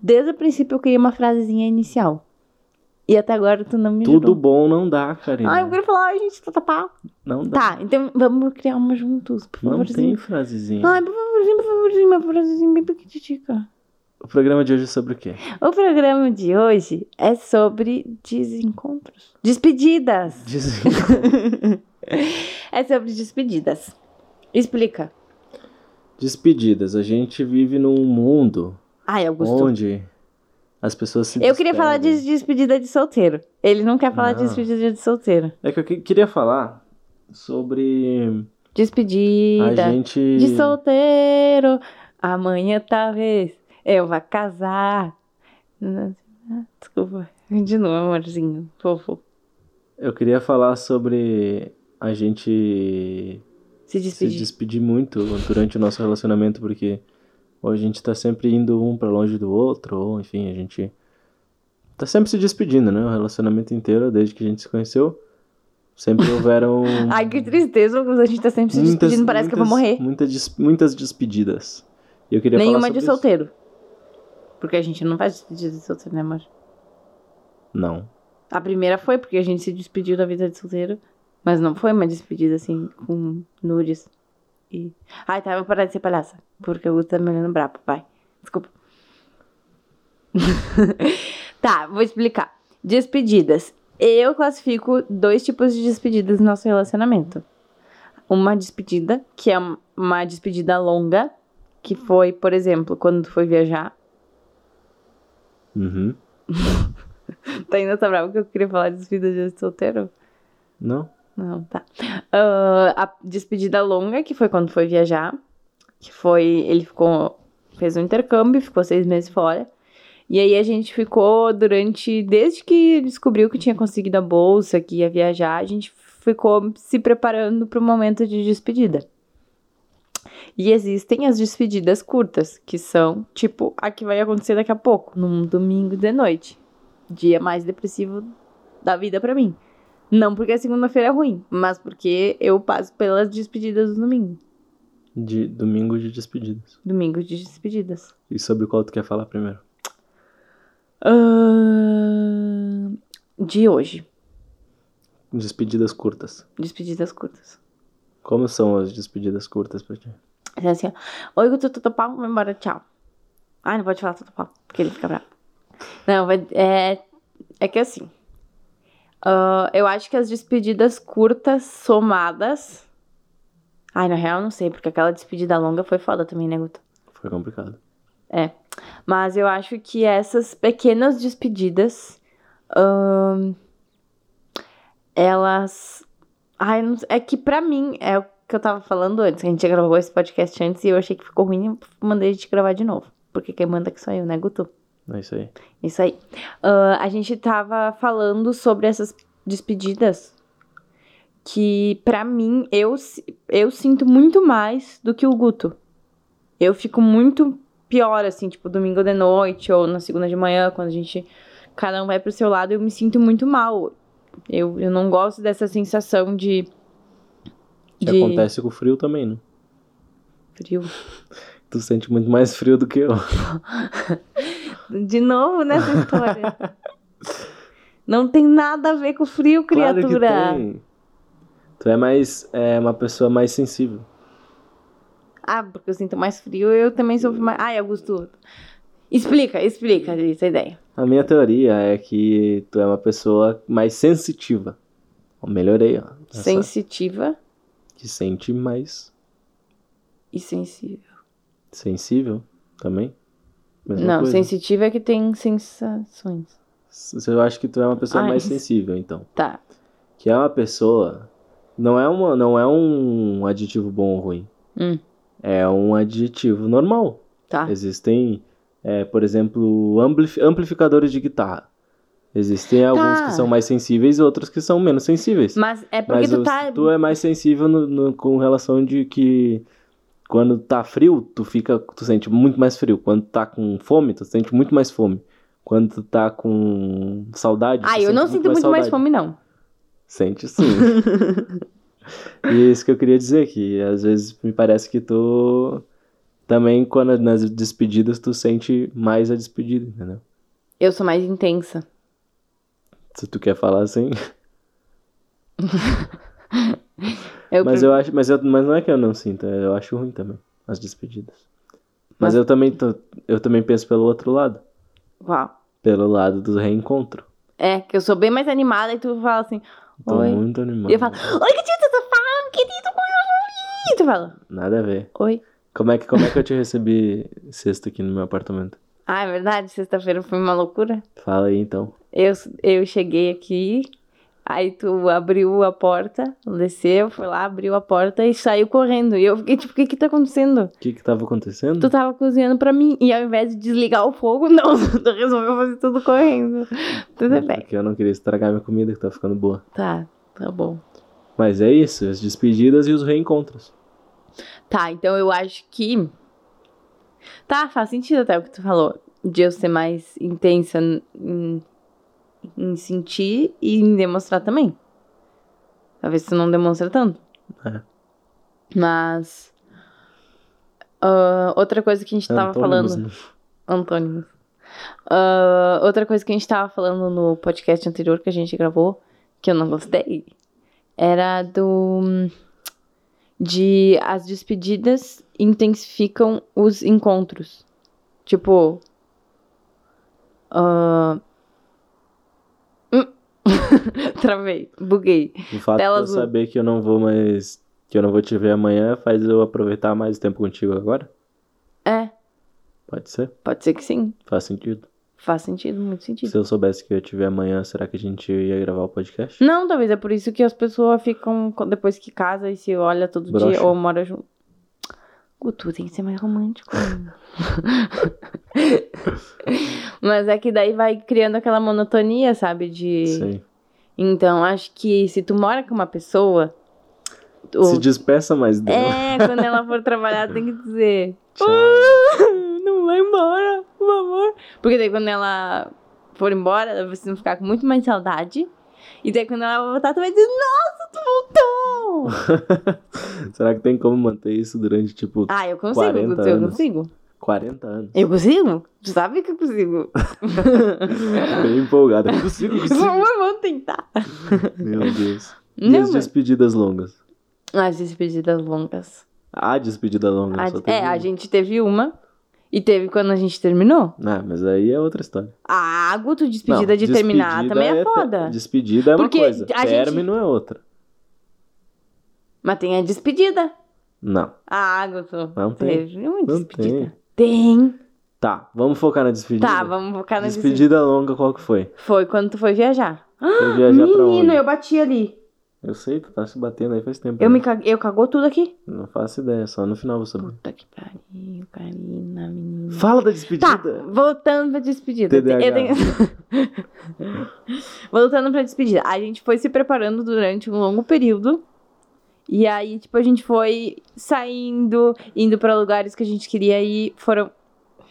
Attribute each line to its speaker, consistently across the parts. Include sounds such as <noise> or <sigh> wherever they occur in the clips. Speaker 1: Desde o princípio eu queria uma frasezinha inicial. E até agora tu não me
Speaker 2: Tudo né?
Speaker 1: ajudou.
Speaker 2: bom não dá, Karina.
Speaker 1: Ai, eu queria falar, ai, gente, tá tapar.
Speaker 2: Não dá.
Speaker 1: Tá, então vamos criar uma juntos, por
Speaker 2: Não tem
Speaker 1: favorzinho.
Speaker 2: frasezinha.
Speaker 1: Ai, por favorzinho, por favorzinho, uma frasezinha bem pequitica.
Speaker 2: O programa de hoje é sobre o quê?
Speaker 1: O programa de hoje é sobre desencontros.
Speaker 2: <laughs>
Speaker 1: Despedidas!
Speaker 2: Dizem.
Speaker 1: É sobre despedidas. Explica.
Speaker 2: Despedidas. A gente vive num mundo
Speaker 1: Ai, Augusto.
Speaker 2: onde as pessoas se
Speaker 1: Eu queria falar de
Speaker 2: despedem.
Speaker 1: despedida de solteiro. Ele não quer falar de
Speaker 2: Não.
Speaker 1: despedida de solteiro.
Speaker 2: É que eu que- queria falar sobre a
Speaker 1: Despedida
Speaker 2: gente.
Speaker 1: de solteiro. Amanhã talvez eu vá casar. Desculpa. De novo, amorzinho. Fofo.
Speaker 2: Eu queria falar sobre a gente
Speaker 1: Se
Speaker 2: se
Speaker 1: despedir.
Speaker 2: despedir muito durante o nosso relacionamento, porque ou a gente tá sempre indo um pra longe do outro, ou enfim, a gente tá sempre se despedindo, né? O relacionamento inteiro, desde que a gente se conheceu, sempre houveram.
Speaker 1: <laughs> Ai, que tristeza, Augusto. A gente tá sempre se despedindo. Parece que eu vou morrer.
Speaker 2: Muitas, des- muitas despedidas. E eu queria falar
Speaker 1: Nenhuma
Speaker 2: sobre
Speaker 1: de
Speaker 2: isso.
Speaker 1: solteiro. Porque a gente não faz despedida de solteiro, né, amor?
Speaker 2: Não.
Speaker 1: A primeira foi, porque a gente se despediu da vida de solteiro. Mas não foi uma despedida assim, com nudes. E. Ai, tá, eu vou parar de ser palhaça. Porque o Guto tá me olhando brabo, vai. Desculpa. <laughs> tá, vou explicar. Despedidas. Eu classifico dois tipos de despedidas no nosso relacionamento. Uma despedida, que é um- uma despedida longa, que foi, por exemplo, quando tu foi viajar. <laughs>
Speaker 2: Uhum.
Speaker 1: Tu ainda tá bravo que eu queria falar de despedida de solteiro?
Speaker 2: Não?
Speaker 1: Não, tá. Ah, a despedida longa, que foi quando foi viajar, que foi, ele ficou, fez um intercâmbio, ficou seis meses fora. E aí a gente ficou durante, desde que descobriu que tinha conseguido a bolsa, que ia viajar, a gente ficou se preparando para o momento de despedida. E existem as despedidas curtas, que são tipo a que vai acontecer daqui a pouco, num domingo de noite. Dia mais depressivo da vida pra mim. Não porque a segunda-feira é ruim, mas porque eu passo pelas despedidas do domingo.
Speaker 2: De domingo de despedidas.
Speaker 1: Domingo de despedidas.
Speaker 2: E sobre qual tu quer falar primeiro?
Speaker 1: Ahn, De hoje.
Speaker 2: Despedidas curtas.
Speaker 1: Despedidas curtas.
Speaker 2: Como são as despedidas curtas pra ti?
Speaker 1: É assim, ó. Oi, Guto, tudo pau? Vamos embora, tchau. Ai, não pode falar tudo pau, porque ele fica bravo. Não, vai- é, é que assim. ah, eu acho que as despedidas curtas somadas. Ai, na real, eu não sei, porque aquela despedida longa foi foda também, né, Guto?
Speaker 2: Foi complicado.
Speaker 1: Mas eu acho que essas pequenas despedidas, ahn, elas. Ai, não sei- é que pra mim, é o que eu tava falando antes. que A gente já gravou esse podcast antes e eu achei que ficou ruim e mandei a gente gravar de novo. Porque quem manda que sou eu, né, Guto?
Speaker 2: É isso aí.
Speaker 1: Isso aí. Ah, a gente tava falando sobre essas despedidas que, pra mim, eu, si- eu sinto muito mais do que o Guto. Eu fico muito pior, assim, tipo, domingo de noite ou na segunda de manhã, quando a gente. Cada um vai pro seu lado, eu me sinto muito mal. Eu, eu não gosto dessa sensação de.
Speaker 2: Que
Speaker 1: de
Speaker 2: acontece com o frio também, né?
Speaker 1: frio.
Speaker 2: Tu sente muito mais frio do que eu.
Speaker 1: De novo nessa história.
Speaker 2: <laughs>
Speaker 1: não tem nada a ver com frio,
Speaker 2: Claro que
Speaker 1: <laughs> criatura.
Speaker 2: tem. Tu é mais é uma pessoa mais sensível.
Speaker 1: Ah, porque eu sinto mais frio, eu também sofro mais. Ai, Augusto. Explica, explica essa ideia.
Speaker 2: A minha teoria é que tu é uma pessoa mais sensitiva. Ó, melhorei, ó. Essa-
Speaker 1: Sensitiva
Speaker 2: Que sente mais
Speaker 1: e sensível.
Speaker 2: sensível também. Mesma
Speaker 1: não,
Speaker 2: coisa.
Speaker 1: sensitiva é que tem sensações.
Speaker 2: S- Eu acho que tu é uma pessoa
Speaker 1: Ai.
Speaker 2: mais sensível, então.
Speaker 1: Tá.
Speaker 2: Que é uma pessoa. Não é, uma, não é um adjetivo bom ou ruim.
Speaker 1: Hum.
Speaker 2: É um adjetivo normal.
Speaker 1: Tá.
Speaker 2: Existem, é, por exemplo, ampli- amplificadores de guitarra. Existem
Speaker 1: Tá.
Speaker 2: alguns que são mais sensíveis e outros que são menos sensíveis.
Speaker 1: Mas é porque
Speaker 2: Mas
Speaker 1: tu
Speaker 2: os-
Speaker 1: tá.
Speaker 2: tu é mais sensível no- no- com relação de que quando tá frio, tu fica. Tu sente muito mais frio. Quando tá com fome, tu sente muito mais fome. Quando tu tá com saudade.
Speaker 1: Ah,
Speaker 2: tu
Speaker 1: eu
Speaker 2: sente
Speaker 1: não sinto muito mais
Speaker 2: saudade.
Speaker 1: fome, não. <laughs>
Speaker 2: Sente sim. é e isso que eu queria dizer, que às vezes me parece que tu também quando é nas despedidas tu sente mais a despedida, entendeu?
Speaker 1: Eu sou mais intensa.
Speaker 2: Se tu quer falar assim.
Speaker 1: Eu
Speaker 2: mas
Speaker 1: pre-
Speaker 2: eu acho, mas, eu, mas não é que eu não sinto, eu acho ruim também as despedidas.
Speaker 1: Mas-
Speaker 2: Mas, eu também tô, eu também penso pelo outro lado,
Speaker 1: Uau.
Speaker 2: pelo lado do reencontro.
Speaker 1: É, que eu sou bem mais animada e tu fala assim.
Speaker 2: Tô
Speaker 1: Oi.
Speaker 2: muito animado.
Speaker 1: E eu falo, oi, que tio, tu tá falando? Que tio, tu coisa ruim. E tu fala,
Speaker 2: Nada a ver.
Speaker 1: oi.
Speaker 2: Como é que como é que eu te recebi sexta aqui no meu apartamento?
Speaker 1: Ah, é verdade, sexta-feira foi uma loucura.
Speaker 2: Fala aí então.
Speaker 1: Eu, eu cheguei aqui, aí tu abriu a porta, desceu, foi lá, abriu a porta e saiu correndo. E eu fiquei tipo, o que que tá acontecendo?
Speaker 2: O que que tava acontecendo?
Speaker 1: Tu tava cozinhando pra mim e ao invés de desligar o fogo, <laughs> não, tu resolveu fazer tudo correndo. Tudo bem.
Speaker 2: Porque eu não queria estragar minha comida que tá ficando boa.
Speaker 1: Tá, tá bom.
Speaker 2: Mas é isso, as despedidas e os reencontros.
Speaker 1: Tá, então eu acho que. Tá, faz sentido até o que tu falou. De eu ser mais intensa n- em, em sentir e em demonstrar também. Talvez tu não demonstra tanto.
Speaker 2: É.
Speaker 1: Mas. ah, outra coisa que a gente tava
Speaker 2: Antônimos,
Speaker 1: falando. <laughs>
Speaker 2: né?
Speaker 1: Antônimos. Ah, outra coisa que a gente tava falando no podcast anterior que a gente gravou, que eu não gostei, era do. de as despedidas intensificam os encontros. Tipo. ah, <laughs> hum, <laughs> Travei, buguei.
Speaker 2: O fato
Speaker 1: Tela
Speaker 2: de eu
Speaker 1: azul.
Speaker 2: saber que eu não vou mais. que eu não vou te ver amanhã faz eu aproveitar mais o tempo contigo agora?
Speaker 1: É,
Speaker 2: Pode ser?
Speaker 1: pode ser que sim.
Speaker 2: Faz sentido.
Speaker 1: Faz sentido, muito sentido.
Speaker 2: Se eu soubesse que eu ia te ver amanhã, será que a gente ia gravar o podcast?
Speaker 1: Não, talvez é por isso que as pessoas ficam co- depois que casa e se olha todo dia
Speaker 2: Broxa.
Speaker 1: ou mora junto. Gutu tem que ser mais <laughs> romântico. Mas é que daí vai criando aquela monotonia, sabe? De.
Speaker 2: Sim.
Speaker 1: Então, acho que se tu mora com uma pessoa. tu-
Speaker 2: Se despeça mais dela.
Speaker 1: É, <laughs> Uh! quando ela for trabalhar, tem que dizer.
Speaker 2: Tchau.
Speaker 1: <laughs> Não vai embora, por favor. Porque daí quando ela for embora, vocês vão ficar com muito mais saudade. E daí quando ela voltar, tu vai dizer, nossa, tu voltou!
Speaker 2: Será que tem como manter isso durante, tipo,
Speaker 1: Ah, eu consigo,
Speaker 2: 40
Speaker 1: Guto, eu
Speaker 2: anos.
Speaker 1: consigo. <laughs>
Speaker 2: 40 anos?
Speaker 1: Eu consigo? Tu sabe que eu consigo.
Speaker 2: Bem empolgada. É Consigo,
Speaker 1: <laughs>
Speaker 2: consigo.
Speaker 1: vamos, vamos tentar.
Speaker 2: Meu Deus. e
Speaker 1: Não,
Speaker 2: as
Speaker 1: mas... Ah,
Speaker 2: despedidas longas?
Speaker 1: As despedidas longas.
Speaker 2: Ah, despedida longa.
Speaker 1: A-
Speaker 2: só teve
Speaker 1: é,
Speaker 2: uma.
Speaker 1: a gente teve uma. E teve quando a gente terminou.
Speaker 2: Ah, mas aí é outra história.
Speaker 1: Ah, Guto, despedida
Speaker 2: Não,
Speaker 1: de terminar
Speaker 2: despedida
Speaker 1: também é,
Speaker 2: te-
Speaker 1: foda.
Speaker 2: Despedida é uma
Speaker 1: Porque
Speaker 2: coisa,
Speaker 1: a gente-
Speaker 2: término é outra.
Speaker 1: Mas tem a despedida.
Speaker 2: Não.
Speaker 1: Ah, Guto.
Speaker 2: Não tem.
Speaker 1: Teve uma
Speaker 2: Não
Speaker 1: despedida. Tem.
Speaker 2: Tá, vamos focar na despedida.
Speaker 1: Tá, vamos focar na
Speaker 2: Despedida
Speaker 1: despedida.
Speaker 2: longa, qual que foi?
Speaker 1: Foi quando tu foi viajar. Ah,
Speaker 2: Foi viajar pra
Speaker 1: Menino,
Speaker 2: onde?
Speaker 1: eu bati ali.
Speaker 2: Eu sei, tu tá se batendo aí faz tempo.
Speaker 1: Eu
Speaker 2: né?
Speaker 1: me caguei, eu cagou tudo aqui.
Speaker 2: Não faço ideia, só no final vou saber.
Speaker 1: Puta que pariu, Karina, menina.
Speaker 2: Fala da
Speaker 1: Tá,
Speaker 2: despedida!
Speaker 1: voltando pra despedida.
Speaker 2: TDAH.
Speaker 1: Eu tenho- <laughs> voltando pra despedida. A gente foi se preparando durante um longo período. E aí, tipo, a gente foi saindo, indo pra lugares que a gente queria ir. Foram.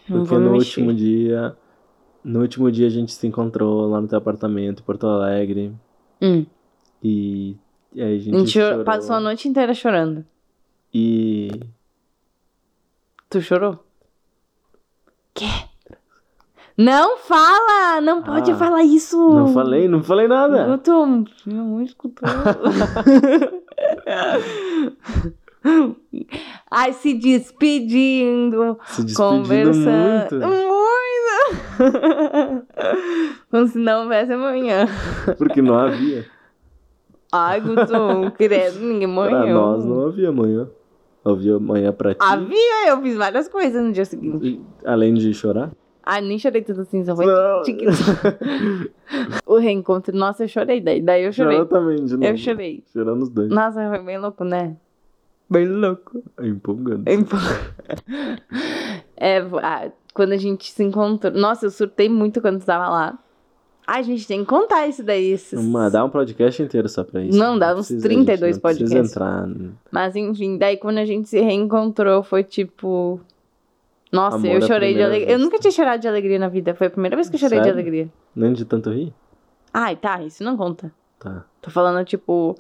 Speaker 1: Não
Speaker 2: Porque
Speaker 1: vou
Speaker 2: no
Speaker 1: me mexer.
Speaker 2: último dia. No último dia a gente se encontrou lá no teu apartamento, em Porto Alegre.
Speaker 1: Hum,
Speaker 2: E e aí a gente.
Speaker 1: a gente chorou-
Speaker 2: chorou.
Speaker 1: passou a noite inteira chorando.
Speaker 2: E.
Speaker 1: Tu chorou? Quê? Não fala! Não pode
Speaker 2: Ah,
Speaker 1: falar isso!
Speaker 2: Não falei, não falei
Speaker 1: Uh.
Speaker 2: nada!
Speaker 1: Guto, minha mãe
Speaker 2: <laughs>
Speaker 1: escutou. Ai, se despedindo,
Speaker 2: Se despedindo
Speaker 1: conversando.
Speaker 2: muito.
Speaker 1: Muito! <laughs> Como se não houvesse amanhã.
Speaker 2: Porque
Speaker 1: <laughs>
Speaker 2: não havia.
Speaker 1: Ai, Guto, credo, ninguém morreu.
Speaker 2: Pra nós não havia amanhã. Havia amanhã pra ti.
Speaker 1: Havia, eu fiz várias coisas no dia seguinte.
Speaker 2: e- Além de chorar.
Speaker 1: Ai, nem chorei tanto assim, só foi
Speaker 2: Não. <laughs>
Speaker 1: tique-tique. O reencontro, nossa, eu chorei. Daí, daí eu chorei.
Speaker 2: Chorou também de novo.
Speaker 1: Eu chorei.
Speaker 2: Chorando os dois.
Speaker 1: Nossa, foi bem louco, né? Bem louco.
Speaker 2: Empolgando.
Speaker 1: Então, <laughs> É, ah, quando a gente se encontrou. Nossa, eu surtei muito quando tu tava lá. Ai, a gente tem que contar isso daí. Esses...
Speaker 2: Uma, dá um podcast inteiro só pra isso.
Speaker 1: Não, dá uns
Speaker 2: precisa,
Speaker 1: 32
Speaker 2: gente, não precisa
Speaker 1: podcasts.
Speaker 2: entrar.
Speaker 1: Mas enfim, daí quando a gente se reencontrou, foi tipo. Nossa,
Speaker 2: Amor
Speaker 1: eu
Speaker 2: à
Speaker 1: chorei de
Speaker 2: primeira
Speaker 1: alegria. Eu
Speaker 2: vista.
Speaker 1: nunca tinha chorado de alegria na vida. Foi a primeira vez que eu chorei de
Speaker 2: Sério?
Speaker 1: alegria.
Speaker 2: Nem de tanto rir?
Speaker 1: Ai, tá, isso não conta.
Speaker 2: Tá.
Speaker 1: Tô falando, tipo.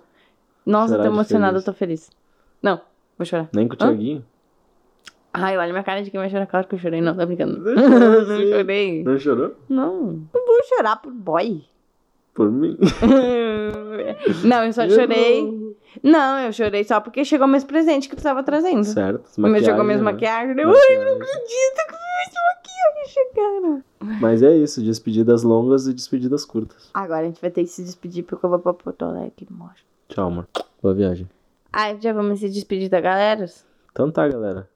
Speaker 1: Nossa,
Speaker 2: Chorar
Speaker 1: tô
Speaker 2: de
Speaker 1: emocionada, eu
Speaker 2: feliz.
Speaker 1: tô feliz. Não, vou chorar.
Speaker 2: Nem com o
Speaker 1: Hã?
Speaker 2: Tiaguinho?
Speaker 1: Ai, olha minha cara de quem vai chorar. Claro que eu chorei, não, tá brincando. <laughs>
Speaker 2: Não chorou,
Speaker 1: Não
Speaker 2: né?
Speaker 1: chorei.
Speaker 2: Não chorou?
Speaker 1: Não. Não vou chorar por boy.
Speaker 2: Por mim?
Speaker 1: não, eu só
Speaker 2: Eu
Speaker 1: chorei.
Speaker 2: não.
Speaker 1: Não, eu chorei só porque chegou meus presentes que tu tava trazendo.
Speaker 2: <laughs> Certo. né?
Speaker 1: Mas chegou minhas
Speaker 2: mesmo
Speaker 1: maquiagens. Eu, ai, não acredito que vocês maquiagens chegaram.
Speaker 2: Mas é isso, despedidas longas e despedidas curtas.
Speaker 1: Agora a gente vai ter que se despedir porque eu vou pra Porto Alegre, amor.
Speaker 2: Tchau, amor. Boa viagem.
Speaker 1: Ai, já vamos se despedir da galera?
Speaker 2: Então tá, galera.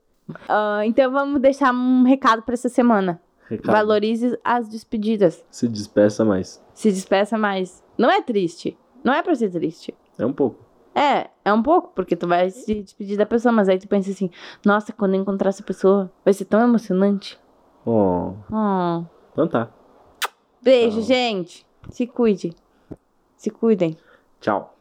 Speaker 1: Ah, então vamos deixar um recado pra essa semana.
Speaker 2: Recado.
Speaker 1: Valorize as despedidas.
Speaker 2: Se despeça mais.
Speaker 1: Se despeça mais. Não é triste. Não é pra ser triste.
Speaker 2: É um pouco.
Speaker 1: É, é um pouco, porque tu vai se despedir da pessoa, mas aí tu pensa assim, nossa, quando eu encontrar essa pessoa, vai ser tão emocionante.
Speaker 2: Oh,
Speaker 1: Oh.
Speaker 2: então tá.
Speaker 1: Beijo,
Speaker 2: Tchau.
Speaker 1: gente. Se cuide. Se cuidem.
Speaker 2: Tchau.